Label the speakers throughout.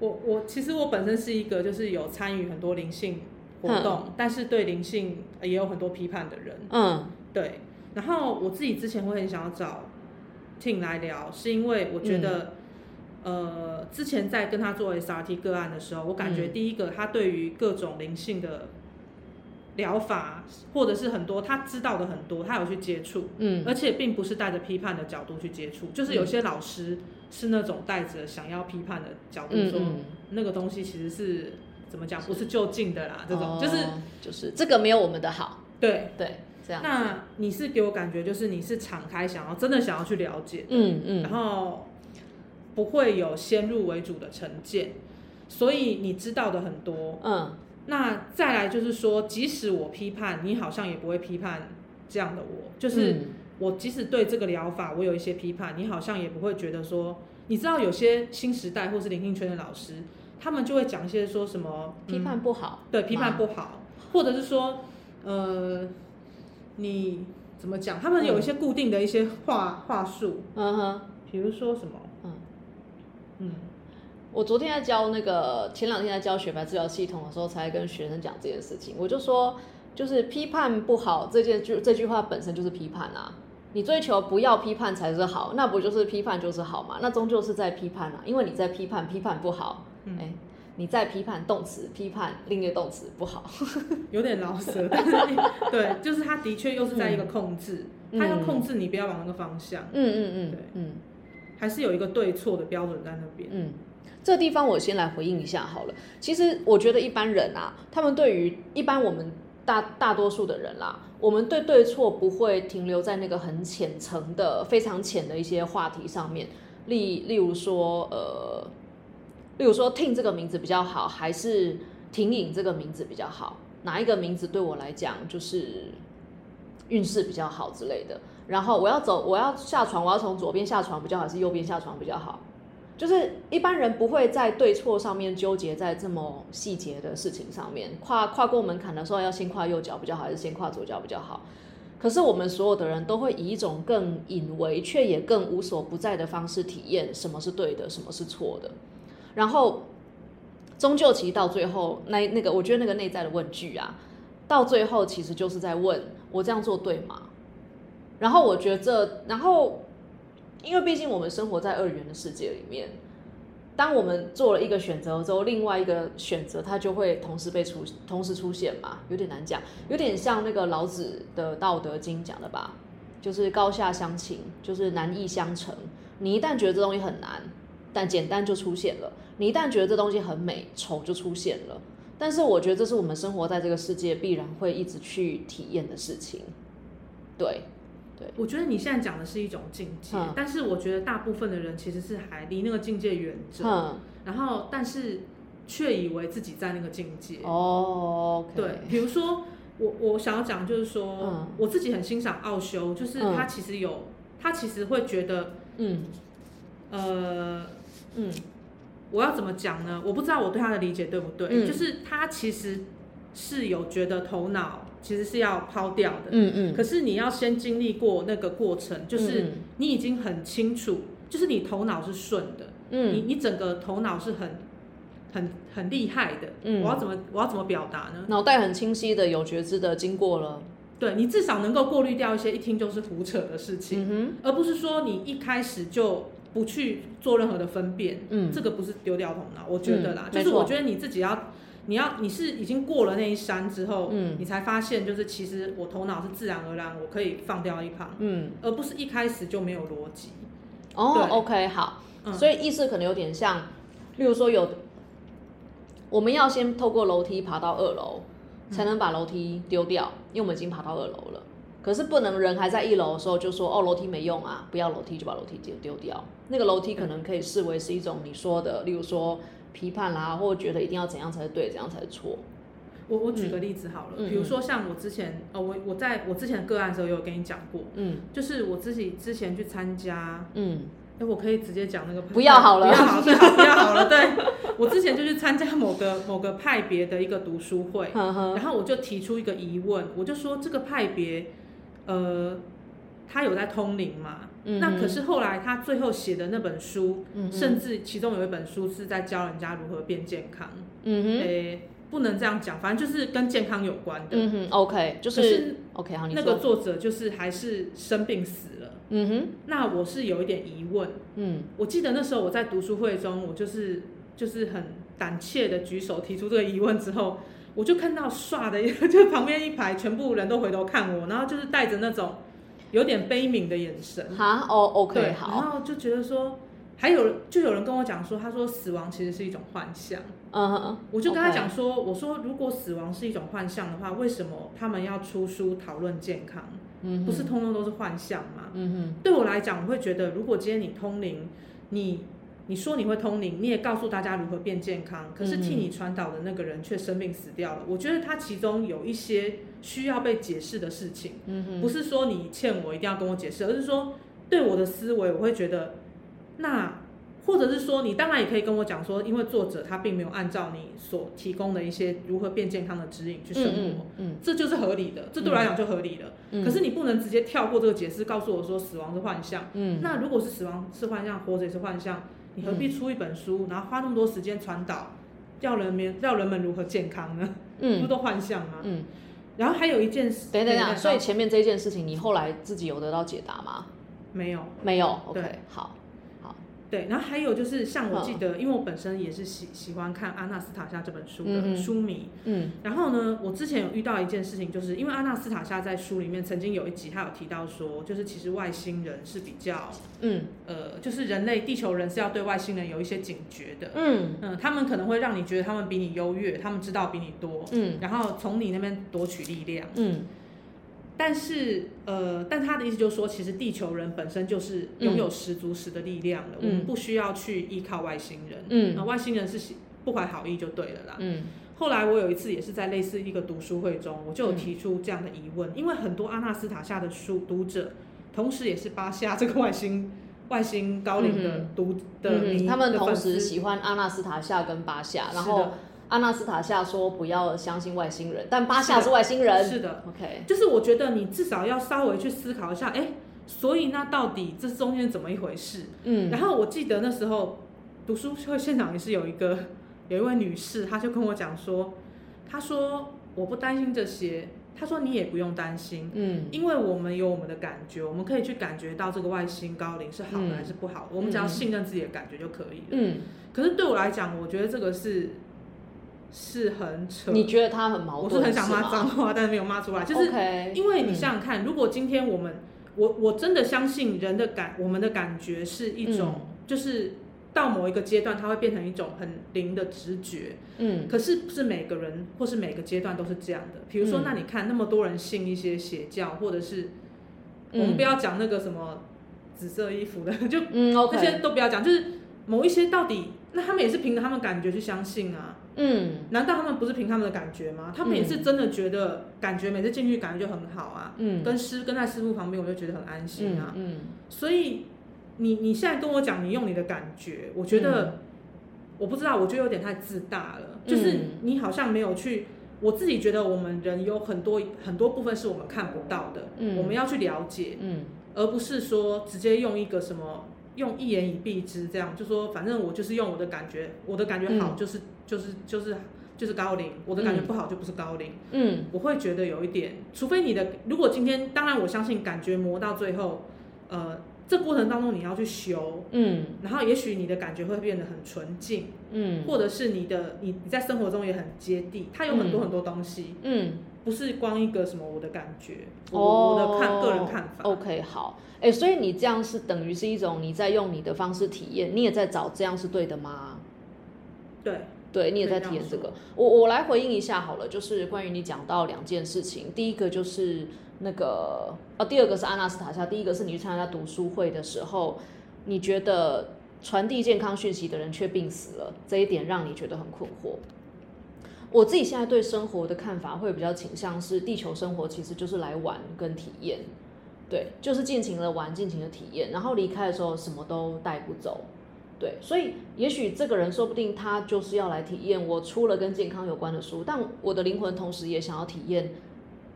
Speaker 1: 我我其实我本身是一个就是有参与很多灵性活动，但是对灵性也有很多批判的人。
Speaker 2: 嗯
Speaker 1: 对，然后我自己之前会很想要找 Ting 来聊，是因为我觉得、
Speaker 2: 嗯
Speaker 1: 呃，之前在跟他做 SRT 个案的时候，我感觉
Speaker 2: 嗯
Speaker 1: 第一个他对于各种灵性的疗法，或者是很多他知道的很多，他有去接触，
Speaker 2: 嗯
Speaker 1: 而且并不是带着批判的角度去接触，就是有些老师是那种带着想要批判的角度
Speaker 2: 嗯
Speaker 1: 说，
Speaker 2: 嗯，
Speaker 1: 那个东西其实是怎么讲，不是就近的啦，这种、就是
Speaker 2: 哦就是这个没有我们的好，
Speaker 1: 对。
Speaker 2: 对，这样，
Speaker 1: 那你是给我感觉就是你是敞开，想要真的想要去了解，
Speaker 2: 嗯
Speaker 1: 然
Speaker 2: 嗯
Speaker 1: 后不会有先入为主的成见，所以你知道的很多。
Speaker 2: 嗯
Speaker 1: 那再来就是说，即使我批判，你好像也不会批判这样的我，就是
Speaker 2: 嗯
Speaker 1: 我即使对这个疗法我有一些批判，你好像也不会觉得说，你知道有些新时代或是灵性圈的老师，他们就会讲一些说什么嗯
Speaker 2: 批判不好，
Speaker 1: 对，批判
Speaker 2: 吗
Speaker 1: 不好，或者是说，呃，你怎么讲？他们有一些固定的一些话、话术，
Speaker 2: 嗯哼，
Speaker 1: 比如说什么，
Speaker 2: 嗯。
Speaker 1: 嗯，
Speaker 2: 我昨天在教那个，前两天在教雪白治疗系统的时候，才跟学生讲这件事情。我就说，就是批判不好这件句这句话本身就是批判啊。你追求不要批判才是好，那不就是批判就是好嘛？那终究是在批判啊，因为你在批判，批判不好，哎、
Speaker 1: 嗯
Speaker 2: 你在批判动词批判另一个动词不好，
Speaker 1: 有点老舌， 但是你对，就是他的确又是在一个控制，他要
Speaker 2: 嗯
Speaker 1: 控制你不要往那个方向，
Speaker 2: 嗯嗯嗯
Speaker 1: 对
Speaker 2: 嗯
Speaker 1: 还是有一个对错的标准在那边。
Speaker 2: 嗯，这地方我先来回应一下好了。其实我觉得一般人啊，他们对于一般我们大大多数的人啦、我们对对错不会停留在那个很浅层的、非常浅的一些话题上面。例例如说，呃，例如说听这个名字比较好，还是婷颖这个名字比较好？哪一个名字对我来讲就是运势比较好之类的？然后我要走，我要下床，我要从左边下床比较好，还是右边下床比较好？就是一般人不会在对错上面纠结在这么细节的事情上面，跨跨过门槛的时候要先跨右脚比较好，还是先跨左脚比较好？可是我们所有的人都会以一种更隐微却也更无所不在的方式体验什么是对的，什么是错的，然后终究其实到最后那那个我觉得那个内在的问句啊，到最后其实就是在问我这样做对吗？然后我觉得这，然后因为毕竟我们生活在二元的世界里面，当我们做了一个选择之后，另外一个选择它就会同时被出同时出现嘛，有点难讲，有点像那个老子的《道德经》讲的吧，就是高下相倾，就是难易相成。你一旦觉得这东西很难，但简单就出现了；你一旦觉得这东西很美，丑就出现了。但是我觉得这是我们生活在这个世界必然会一直去体验的事情，对，
Speaker 1: 我觉得你现在讲的是一种境界，
Speaker 2: 嗯
Speaker 1: 但是我觉得大部分的人其实是还离那个境界远着，
Speaker 2: 嗯，
Speaker 1: 然后但是却以为自己在那个境界。
Speaker 2: 哦，OK，
Speaker 1: 对，比如说我我想要讲就是说，
Speaker 2: 嗯
Speaker 1: 我自己很欣赏奥修，就是
Speaker 2: 嗯
Speaker 1: 他其实有、他其实会觉得，
Speaker 2: 嗯
Speaker 1: 呃，
Speaker 2: 嗯
Speaker 1: 我要怎么讲呢？我不知道我对他的理解对不对，
Speaker 2: 嗯
Speaker 1: 就是他其实是有觉得头脑其实是要抛掉的，
Speaker 2: 嗯嗯，
Speaker 1: 可是你要先经历过那个过程，就是
Speaker 2: 嗯
Speaker 1: 你已经很清楚，就是你头脑是顺的，你
Speaker 2: 嗯，
Speaker 1: 你整个头脑是很很很厉害的。
Speaker 2: 嗯
Speaker 1: 我要怎么我要怎么表达呢？
Speaker 2: 脑袋很清晰的、有觉知的经过了，
Speaker 1: 对你至少能够过滤掉一些一听就是胡扯的事情，
Speaker 2: 嗯
Speaker 1: 而不是说你一开始就不去做任何的分辨，
Speaker 2: 哼，嗯，
Speaker 1: 这个不是丢掉头脑，我觉得啦，
Speaker 2: 嗯
Speaker 1: 就是
Speaker 2: 没错
Speaker 1: 我觉得你自己要，你要你是已经过了那一山之后，
Speaker 2: 嗯
Speaker 1: 你才发现就是其实我头脑是自然而然我可以放掉一旁，
Speaker 2: 嗯，
Speaker 1: 而不是一开始就没有逻辑，
Speaker 2: 哦
Speaker 1: 对
Speaker 2: ，OK，好，
Speaker 1: 嗯，
Speaker 2: 所以意识可能有点像，例如说有，我们要先透过楼梯爬到二楼，
Speaker 1: 嗯
Speaker 2: 才能把楼梯丢掉，因为我们已经爬到二楼了。可是不能人还在一楼的时候就说哦楼梯没用啊，不要楼梯就把楼梯丢丢掉。那个楼梯可能可以视为是一种你说的，例如说批判啦，或者觉得一定要怎样才是对，怎样才是错。
Speaker 1: 我我举个例子好了，
Speaker 2: 嗯嗯
Speaker 1: 比如说像我之前呃我我在我之前的个案的时候有跟你讲过，
Speaker 2: 嗯
Speaker 1: 就是我自己之前去参加
Speaker 2: 嗯，
Speaker 1: 哎、我可以直接讲那个派
Speaker 2: 不要好了
Speaker 1: 不要好，最好不要好了。对，我之前就去参加某个某个派别的一个读书会，
Speaker 2: 呵呵，
Speaker 1: 然后我就提出一个疑问，我就说这个派别，呃，它有在通灵吗？
Speaker 2: 嗯
Speaker 1: 那可是后来他最后写的那本书，
Speaker 2: 嗯
Speaker 1: 甚至其中有一本书是在教人家如何变健康。
Speaker 2: 嗯
Speaker 1: 诶、
Speaker 2: 哼
Speaker 1: 不能这样讲，反正就是跟健康有关的。
Speaker 2: 嗯哼，OK，就
Speaker 1: 可
Speaker 2: 是
Speaker 1: 是
Speaker 2: OK，好，你
Speaker 1: 那个
Speaker 2: 说，
Speaker 1: 作者就是还是生病死了。
Speaker 2: 嗯哼，
Speaker 1: 那我是有一点疑问，
Speaker 2: 嗯
Speaker 1: 我记得那时候我在读书会中，我就是就是很胆怯的举手提出这个疑问之后，我就看到唰的一个，就旁边一排全部人都回头看我，然后就是带着那种有点悲悯的眼神。
Speaker 2: 哈，哦，OK，
Speaker 1: 对，
Speaker 2: 好，
Speaker 1: 然后就觉得说，还有就有人跟我讲说，他说死亡其实是一种幻象。
Speaker 2: 嗯哼，
Speaker 1: 我就跟他
Speaker 2: OK
Speaker 1: 讲说我说如果死亡是一种幻象的话，为什么他们要出书讨论健康？
Speaker 2: 嗯哼
Speaker 1: 不是，通通都是幻象吗？
Speaker 2: 嗯
Speaker 1: 对我来讲，我会觉得，如果今天你通灵，你你说你会通灵，你也告诉大家如何变健康，可是替
Speaker 2: 嗯嗯
Speaker 1: 你传导的那个人却生病死掉了，我觉得他其中有一些需要被解释的事情，
Speaker 2: 哼，嗯哼，
Speaker 1: 不是说你欠我一定要跟我解释，而是说对我的思维，我会觉得那。或者是说，你当然也可以跟我讲说，因为作者他并没有按照你所提供的一些如何变健康的指引去生活，
Speaker 2: 嗯嗯
Speaker 1: 这就是合理的，这对我来讲就合理了。
Speaker 2: 嗯，
Speaker 1: 可是你不能直接跳过这个解释，告诉我说死亡是幻象。
Speaker 2: 嗯，
Speaker 1: 那如果是死亡是幻象，活着也是幻象，你何必出一本书，然后花那么多时间传导，要人们要人们如何健康呢？不
Speaker 2: 嗯
Speaker 1: 都幻象吗？
Speaker 2: 嗯，
Speaker 1: 然后还有一件事，
Speaker 2: 等一下等一
Speaker 1: 那
Speaker 2: 下，
Speaker 1: 个
Speaker 2: 所以前面这件事情，你后来自己有得到解答吗？
Speaker 1: 没有
Speaker 2: 没有
Speaker 1: 对
Speaker 2: ，OK，好，
Speaker 1: 对，然后还有就是像
Speaker 2: 嗯
Speaker 1: 我记得，因为我本身也是喜喜欢看《阿纳斯塔夏》这本书
Speaker 2: 嗯
Speaker 1: 的
Speaker 2: 哼
Speaker 1: 书迷。
Speaker 2: 嗯
Speaker 1: 然后呢，我之前有遇到一件事情，就是因为阿纳斯塔夏在书里面曾经有一集，他有提到说，就是其实外星人是比较
Speaker 2: 嗯
Speaker 1: 呃，就是人类地球人是要对外星人有一些警觉的。
Speaker 2: 嗯
Speaker 1: 嗯，他们可能会让你觉得他们比你优越，他们知道比你多，
Speaker 2: 嗯
Speaker 1: 然后从你那边夺取力量。
Speaker 2: 嗯
Speaker 1: 但是，呃，但他的意思就是说，其实地球人本身就是拥有十足十的力量了，我
Speaker 2: 嗯
Speaker 1: 们不需要去依靠外星人。
Speaker 2: 嗯
Speaker 1: 那外星人是喜不怀好意就对了啦。
Speaker 2: 嗯
Speaker 1: 后来我有一次也是在类似一个读书会中，我就有提出这样的疑问，因为很多阿纳斯塔夏的书读者，同时也是巴夏这个外星外星高龄的
Speaker 2: 嗯
Speaker 1: 读、的迷、
Speaker 2: 嗯，他们
Speaker 1: 的
Speaker 2: 同
Speaker 1: 粉
Speaker 2: 时
Speaker 1: 丝
Speaker 2: 喜欢阿纳斯塔夏跟巴夏，然
Speaker 1: 是
Speaker 2: 后
Speaker 1: 的
Speaker 2: 阿纳斯塔夏说不要相信外星人，但巴
Speaker 1: 是
Speaker 2: 夏
Speaker 1: 的
Speaker 2: 是外星人
Speaker 1: 是的，
Speaker 2: ，OK，
Speaker 1: 就是我觉得你至少要稍微去思考一下，哎，所以那到底这中间怎么一回事？
Speaker 2: 嗯
Speaker 1: 然后我记得那时候读书会现场也是有一个有一位女士，她就跟我讲说，她说我不担心这些，她说你也不用担心。
Speaker 2: 嗯
Speaker 1: 因为我们有我们的感觉，我们可以去感觉到这个外星高龄是好
Speaker 2: 嗯
Speaker 1: 的还是不好的，我们只要
Speaker 2: 嗯
Speaker 1: 信任自己的感觉就可以了。
Speaker 2: 嗯，
Speaker 1: 可是对我来讲，我觉得这个是是很扯，
Speaker 2: 你觉得他很矛
Speaker 1: 我
Speaker 2: 盾？
Speaker 1: 是很想骂
Speaker 2: 吗
Speaker 1: 脏话，但是没有骂出来，就是
Speaker 2: OK，
Speaker 1: 因为你
Speaker 2: 嗯
Speaker 1: 想想看，如果今天我们，我我真的相信人的感，我们的感觉是一种，
Speaker 2: 嗯
Speaker 1: 就是到某一个阶段，它会变成一种很灵的直觉。
Speaker 2: 嗯
Speaker 1: 可是不是每个人或是每个阶段都是这样的。比如说，
Speaker 2: 嗯
Speaker 1: 那你看那么多人信一些邪教，或者是我
Speaker 2: 嗯
Speaker 1: 们不要讲那个什么紫色衣服的， 就
Speaker 2: 嗯
Speaker 1: 那些
Speaker 2: ，OK，
Speaker 1: 都不要讲，就是某一些到底，那他们也是凭着他们感觉去相信啊。
Speaker 2: 嗯
Speaker 1: 难道他们不是凭他们的感觉吗？他们也是真的觉得感觉每次进去感觉就很好啊，
Speaker 2: 嗯
Speaker 1: 跟师跟在师傅旁边我就觉得很安心啊。
Speaker 2: 嗯
Speaker 1: 所以你你现在跟我讲你用你的感觉，我觉得、我不知道，我觉得有点太自大了，
Speaker 2: 嗯
Speaker 1: 就是你好像没有去。我自己觉得我们人有很多很多部分是我们看不到的，
Speaker 2: 嗯
Speaker 1: 我们要去了解，
Speaker 2: 嗯
Speaker 1: 而不是说直接用一个什么用一言以蔽之，这样就说反正我就是用我的感觉，我的感觉好
Speaker 2: 嗯
Speaker 1: 就是、就是就是就是高龄，我的感觉
Speaker 2: 嗯
Speaker 1: 不好就不是高龄。
Speaker 2: 嗯
Speaker 1: 我会觉得有一点，除非你的如果今天，当然我相信感觉磨到最后，呃，这过程当中你要去修。
Speaker 2: 嗯
Speaker 1: 然后也许你的感觉会变得很纯净，
Speaker 2: 嗯
Speaker 1: 或者是你的你你在生活中也很接地，它有很多
Speaker 2: 嗯
Speaker 1: 很多东西，
Speaker 2: 嗯。
Speaker 1: 不是光一个什么我的感觉，我、
Speaker 2: 哦
Speaker 1: 我的看个人看法。
Speaker 2: OK，好，哎、所以你这样是等于是一种你在用你的方式体验，你也在找这样是对的吗？
Speaker 1: 对，
Speaker 2: 对，你也
Speaker 1: 可以
Speaker 2: 在
Speaker 1: 这样
Speaker 2: 体验这
Speaker 1: 说
Speaker 2: 个。我我来回应一下好了，就是关于你讲到两件事情，第一个就是那个呃、第二个是阿纳斯塔夏，第一个是你去参加读书会的时候，你觉得传递健康讯息的人却病死了，这一点让你觉得很困惑。我自己现在对生活的看法会比较倾向是，地球生活其实就是来玩跟体验，对，就是尽情的玩，尽情的体验，然后离开的时候什么都带不走，对，所以也许这个人说不定他就是要来体验我出了跟健康有关的书，但我的灵魂同时也想要体验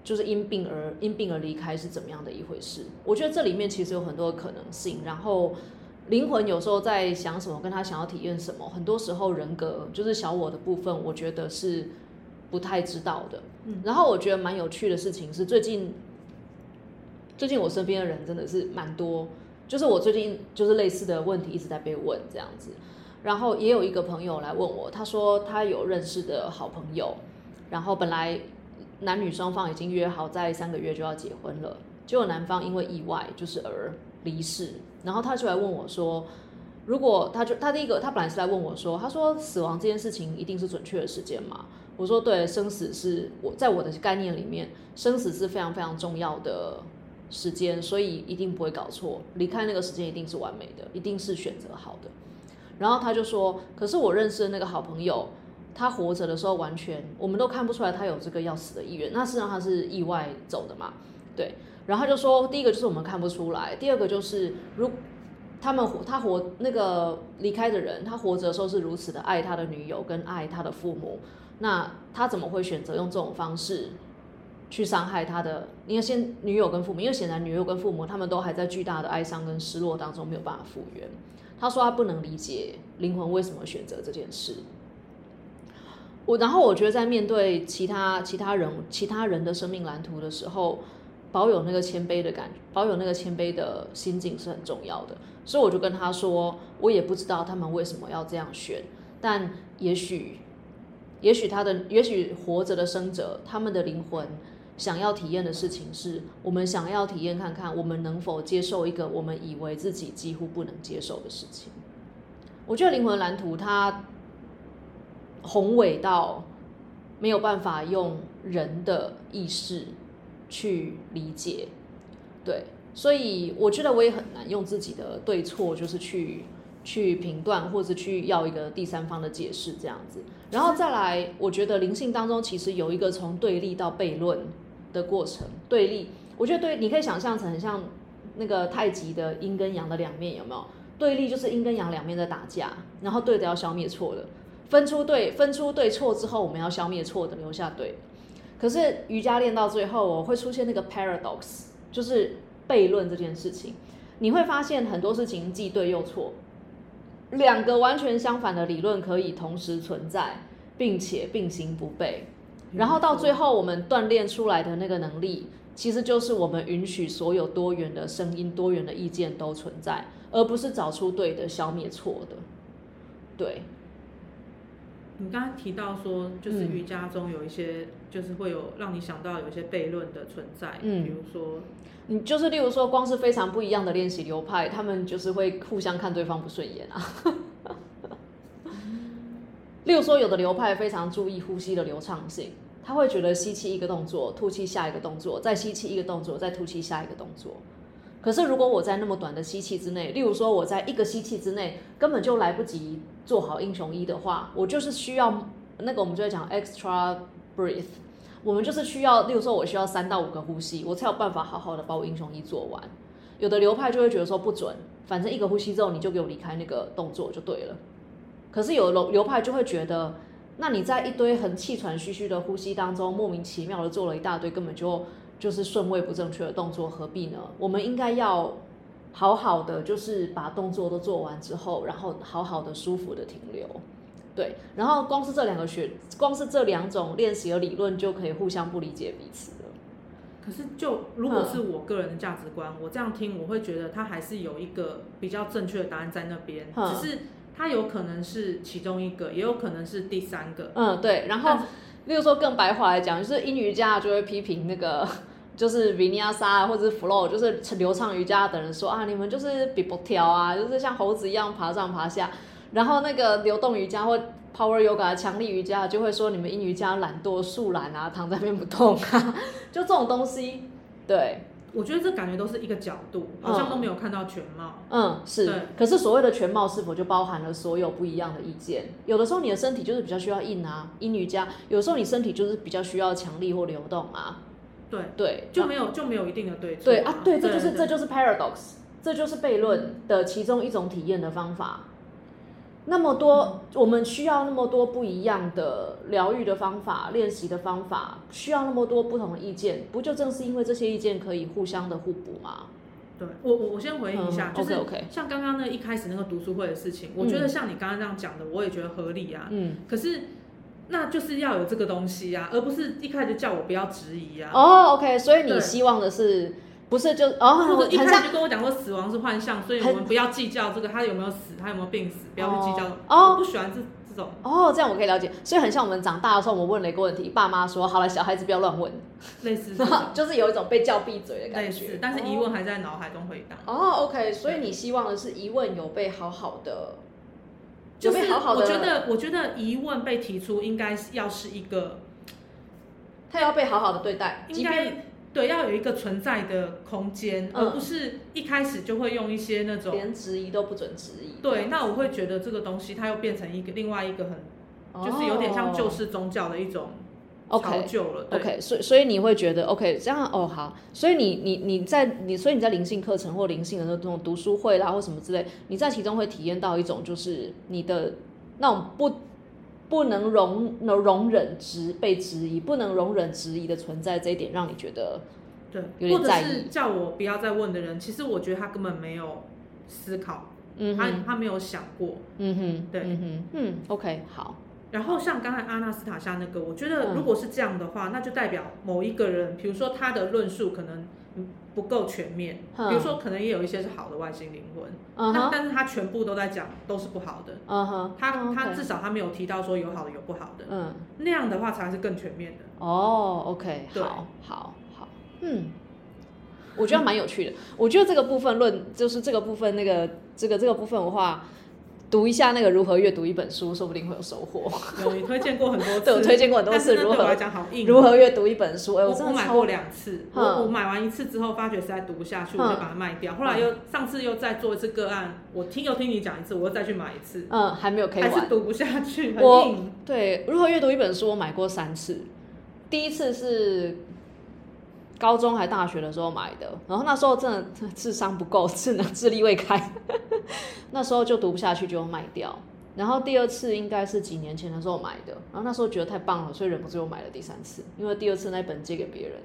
Speaker 2: 就是因病而因病而离开是怎么样的一回事？我觉得这里面其实有很多的可能性，然后。灵魂有时候在想什么，跟他想要体验什么，很多时候人格就是小我的部分，我觉得是不太知道的。
Speaker 1: 嗯
Speaker 2: 然后我觉得蛮有趣的事情是，最近最近我身边的人真的是蛮多，就是我最近就是类似的问题一直在被问这样子。然后也有一个朋友来问我，他说他有认识的好朋友，然后本来男女双方已经约好在三个月就要结婚了，结果男方因为意外就是而离世，然后他就来问我说，如果他就他第一个他本来是来问我说，他说死亡这件事情一定是准确的时间吗？我说对，生死是我在我的概念里面，生死是非常非常重要的时间，所以一定不会搞错，离开那个时间一定是完美的，一定是选择好的。然后他就说，可是我认识的那个好朋友，他活着的时候完全我们都看不出来他有这个要死的意愿，那事实上他是意外走的嘛，对。然后他就说，第一个就是我们看不出来，第二个就是如他们活他活那个离开的人，他活着的时候是如此的爱他的女友跟爱他的父母，那他怎么会选择用这种方式去伤害他的？因为先女友跟父母，因为显然女友跟父母他们都还在巨大的哀伤跟失落当中没有办法复原。他说他不能理解灵魂为什么选择这件事。我然后我觉得在面对其他其他人其他人的生命蓝图的时候，保有那个谦卑的感觉，保有那个谦卑的心境是很重要的。所以我就跟他说，我也不知道他们为什么要这样选，但也许，也许他的，也许活着的生者，他们的灵魂想要体验的事情是，我们想要体验看看，我们能否接受一个我们以为自己几乎不能接受的事情。我觉得灵魂蓝图它宏伟到没有办法用人的意识去理解，对，所以我觉得我也很难用自己的对错，就是去去评断或者去要一个第三方的解释这样子。然后再来，我觉得灵性当中其实有一个从对立到悖论的过程，对立，我觉得对，你可以想象成很像那个太极的阴跟阳的两面，有没有？对立就是阴跟阳两面在打架，然后对的要消灭错的，分出对分出对错之后，我们要消灭错的，留下对的。可是瑜伽练到最后哦，会出现那个 paradox，就是悖论这件事情。你会发现很多事情既对又错，两个完全相反的理论可以同时存在，并且并行不悖。然后到最后，我们锻炼出来的那个能力，其实就是我们允许所有多元的声音、多元的意见都存在，而不是找出对的、消灭错的。对，
Speaker 1: 你刚刚提到说，就是
Speaker 2: 嗯
Speaker 1: 瑜伽中有一些，就是会有让你想到有一些悖论的存在，
Speaker 2: 嗯
Speaker 1: 比如说，
Speaker 2: 你就是例如说，光是非常不一样的练习流派，他们就是会互相看对方不顺眼啊。 例如说，有的流派非常注意呼吸的流畅性，他会觉得吸气一个动作，吐气下一个动作，再吸气一个动作，再吐气下一个动作。可是如果我在那么短的吸气之内，例如说我在一个吸气之内根本就来不及做好英雄一的话，我就是需要那个我们就会讲 extra breath，我们就是需要，例如说，我需要三到五个呼吸，我才有办法好好的把我英雄一做完。有的流派就会觉得说不准，反正一个呼吸之后你就给我离开那个动作就对了。可是有的流流派就会觉得，那你在一堆很气喘吁吁的呼吸当中，莫名其妙的做了一大堆根本就就是顺位不正确的动作，何必呢？我们应该要好好的，就是把动作都做完之后，然后好好的舒服的停留。对，然后光是这两个学，光是这两种练习的理论就可以互相不理解彼此了。
Speaker 1: 可是就如果是我个人的价值观，我这样听，我会觉得它还是有一个比较正确的答案在那边，
Speaker 2: 嗯
Speaker 1: 只是它有可能是其中一个，也有可能是第三个。
Speaker 2: 嗯，对。然后，例如说更白话来讲，就是英瑜伽就会批评那个 就是 vinyasa 啊或者是 flow，就是流畅瑜伽的人说啊，你们就是比不跳啊，就是像猴子一样爬上爬下。然后那个流动瑜伽或 power yoga 强力瑜伽就会说你们英瑜伽懒惰、树懒啊，躺在那边不动啊， 就这种东西。对，
Speaker 1: 我觉得这感觉都是一个角度，好像
Speaker 2: 嗯
Speaker 1: 都没有看到全貌。
Speaker 2: 嗯，是
Speaker 1: 对。
Speaker 2: 可是所谓的全貌是否就包含了所有不一样的意见？有的时候你的身体就是比较需要硬啊，阴瑜伽；有时候你身体就是比较需要强力或流动啊。
Speaker 1: 对，
Speaker 2: 对，
Speaker 1: 就
Speaker 2: 啊
Speaker 1: 没有就没有一定的对错。
Speaker 2: 对啊，对，这就是
Speaker 1: 对
Speaker 2: 这就是 paradox，这就是悖论的其中一种体验的方法。那么
Speaker 1: 嗯
Speaker 2: 多，我们需要那么多不一样的疗愈的方法、练习的方法，需要那么多不同的意见，不就正是因为这些意见可以互相的互补吗？
Speaker 1: 对我，我我先回应一下，
Speaker 2: 嗯
Speaker 1: 就是
Speaker 2: OK，OK
Speaker 1: 像刚刚那一开始那个读书会的事情，我觉得像你刚刚这样讲的，我也觉得合理啊。
Speaker 2: 嗯，
Speaker 1: 可是那就是要有这个东西啊，而不是一开始就叫我不要质疑啊。
Speaker 2: 哦，OK，所以你
Speaker 1: 对
Speaker 2: 希望的是不是就
Speaker 1: 或
Speaker 2: 哦
Speaker 1: 者，一
Speaker 2: 很
Speaker 1: 开
Speaker 2: 像
Speaker 1: 始就跟我讲说死亡是幻象，所以
Speaker 2: 很
Speaker 1: 我们不要计较这个他有没有死，他有没有病死，不要去计较。
Speaker 2: 哦
Speaker 1: 我不喜欢这这种。
Speaker 2: 哦，这样我可以了解，所以很像我们长大的时候，我们问了一个问题，爸妈说好了，小孩子不要乱问，
Speaker 1: 类似这
Speaker 2: 然后
Speaker 1: 种
Speaker 2: 就是有一种被叫闭嘴的
Speaker 1: 类
Speaker 2: 感
Speaker 1: 似
Speaker 2: 觉，，
Speaker 1: 但是疑
Speaker 2: 哦
Speaker 1: 问还在脑海中回荡。
Speaker 2: 哦，OK，所以你希望的是疑问有被好好的，
Speaker 1: 就
Speaker 2: 有
Speaker 1: 是
Speaker 2: 被好好的，
Speaker 1: 我觉得，我觉得疑问被提出，应该是要是一个，
Speaker 2: 他要被好好的对待，
Speaker 1: 应
Speaker 2: 即便
Speaker 1: 该对，要有一个存在的空间，
Speaker 2: 嗯
Speaker 1: 而不是一开始就会用一些那种。
Speaker 2: 连质疑都不准质疑。
Speaker 1: 对，那我会觉得这个东西它又变成一个另外一个很，就是有点像旧式宗教的一种考
Speaker 2: 哦 OK。
Speaker 1: 究了。对
Speaker 2: OK，所以所以你会觉得 OK 这样哦好，所以你你你在你所以你在灵性课程或灵性的那种读书会啦或什么之类，你在其中会体验到一种就是你的那种不不能容容忍质被质疑，不能容忍质疑的存在这一点，让你觉得有
Speaker 1: 对，
Speaker 2: 点
Speaker 1: 或者
Speaker 2: 在
Speaker 1: 是
Speaker 2: 意
Speaker 1: 叫我不要再问的人，其实我觉得他根本没有思考，
Speaker 2: 嗯
Speaker 1: 他
Speaker 2: 哼
Speaker 1: 他没有想过。
Speaker 2: 嗯哼
Speaker 1: 对
Speaker 2: 嗯哼嗯 OK 好
Speaker 1: 然后像刚才阿纳斯塔夏那个，我觉得
Speaker 2: 嗯
Speaker 1: 如果是这样的话，那就代表某一个人，比如说他的论述可能嗯不够全面，
Speaker 2: 嗯
Speaker 1: 比如说可能也有一些是好的外星灵魂，
Speaker 2: 嗯
Speaker 1: 那
Speaker 2: 哼
Speaker 1: 但是他全部都在讲都是不好的，
Speaker 2: 嗯哼
Speaker 1: 他他
Speaker 2: OK
Speaker 1: 至少他没有提到说有好的有不好的，
Speaker 2: 嗯
Speaker 1: 那样的话才是更全面的。
Speaker 2: 哦，OK，
Speaker 1: 对
Speaker 2: 好，好，好，嗯，我觉得蛮有趣的。我觉得这个部分论，就是这个部分那个这个这个部分的话，读一下那个如何阅读一本书，说不定会有收获。
Speaker 1: 有你推荐过很多次，
Speaker 2: 对我推荐过很多
Speaker 1: 但是
Speaker 2: 次
Speaker 1: 那
Speaker 2: 如
Speaker 1: 对我
Speaker 2: 何
Speaker 1: 来讲好硬哦。
Speaker 2: 如何阅读一本书，哎、
Speaker 1: 我
Speaker 2: 真
Speaker 1: 我
Speaker 2: 的
Speaker 1: 买
Speaker 2: 超
Speaker 1: 过两次，我
Speaker 2: 嗯
Speaker 1: 我买完一次之后发觉实在读不下去，我就把它卖掉。后来又上次又再做一次个案，我听又听你讲一次，我又再去买一次，
Speaker 2: 嗯还没有 K
Speaker 1: 还是
Speaker 2: 完。
Speaker 1: 读不下去，很
Speaker 2: 我
Speaker 1: 硬。
Speaker 2: 对，如何阅读一本书，我买过三次。第一次是高中还大学的时候买的，然后那时候真的智商不够， 智能智力未开， 那时候就读不下去，就卖掉。然后第二次应该是几年前的时候买的，然后那时候觉得太棒了，所以忍不住又买了第三次，因为第二次那本借给别人。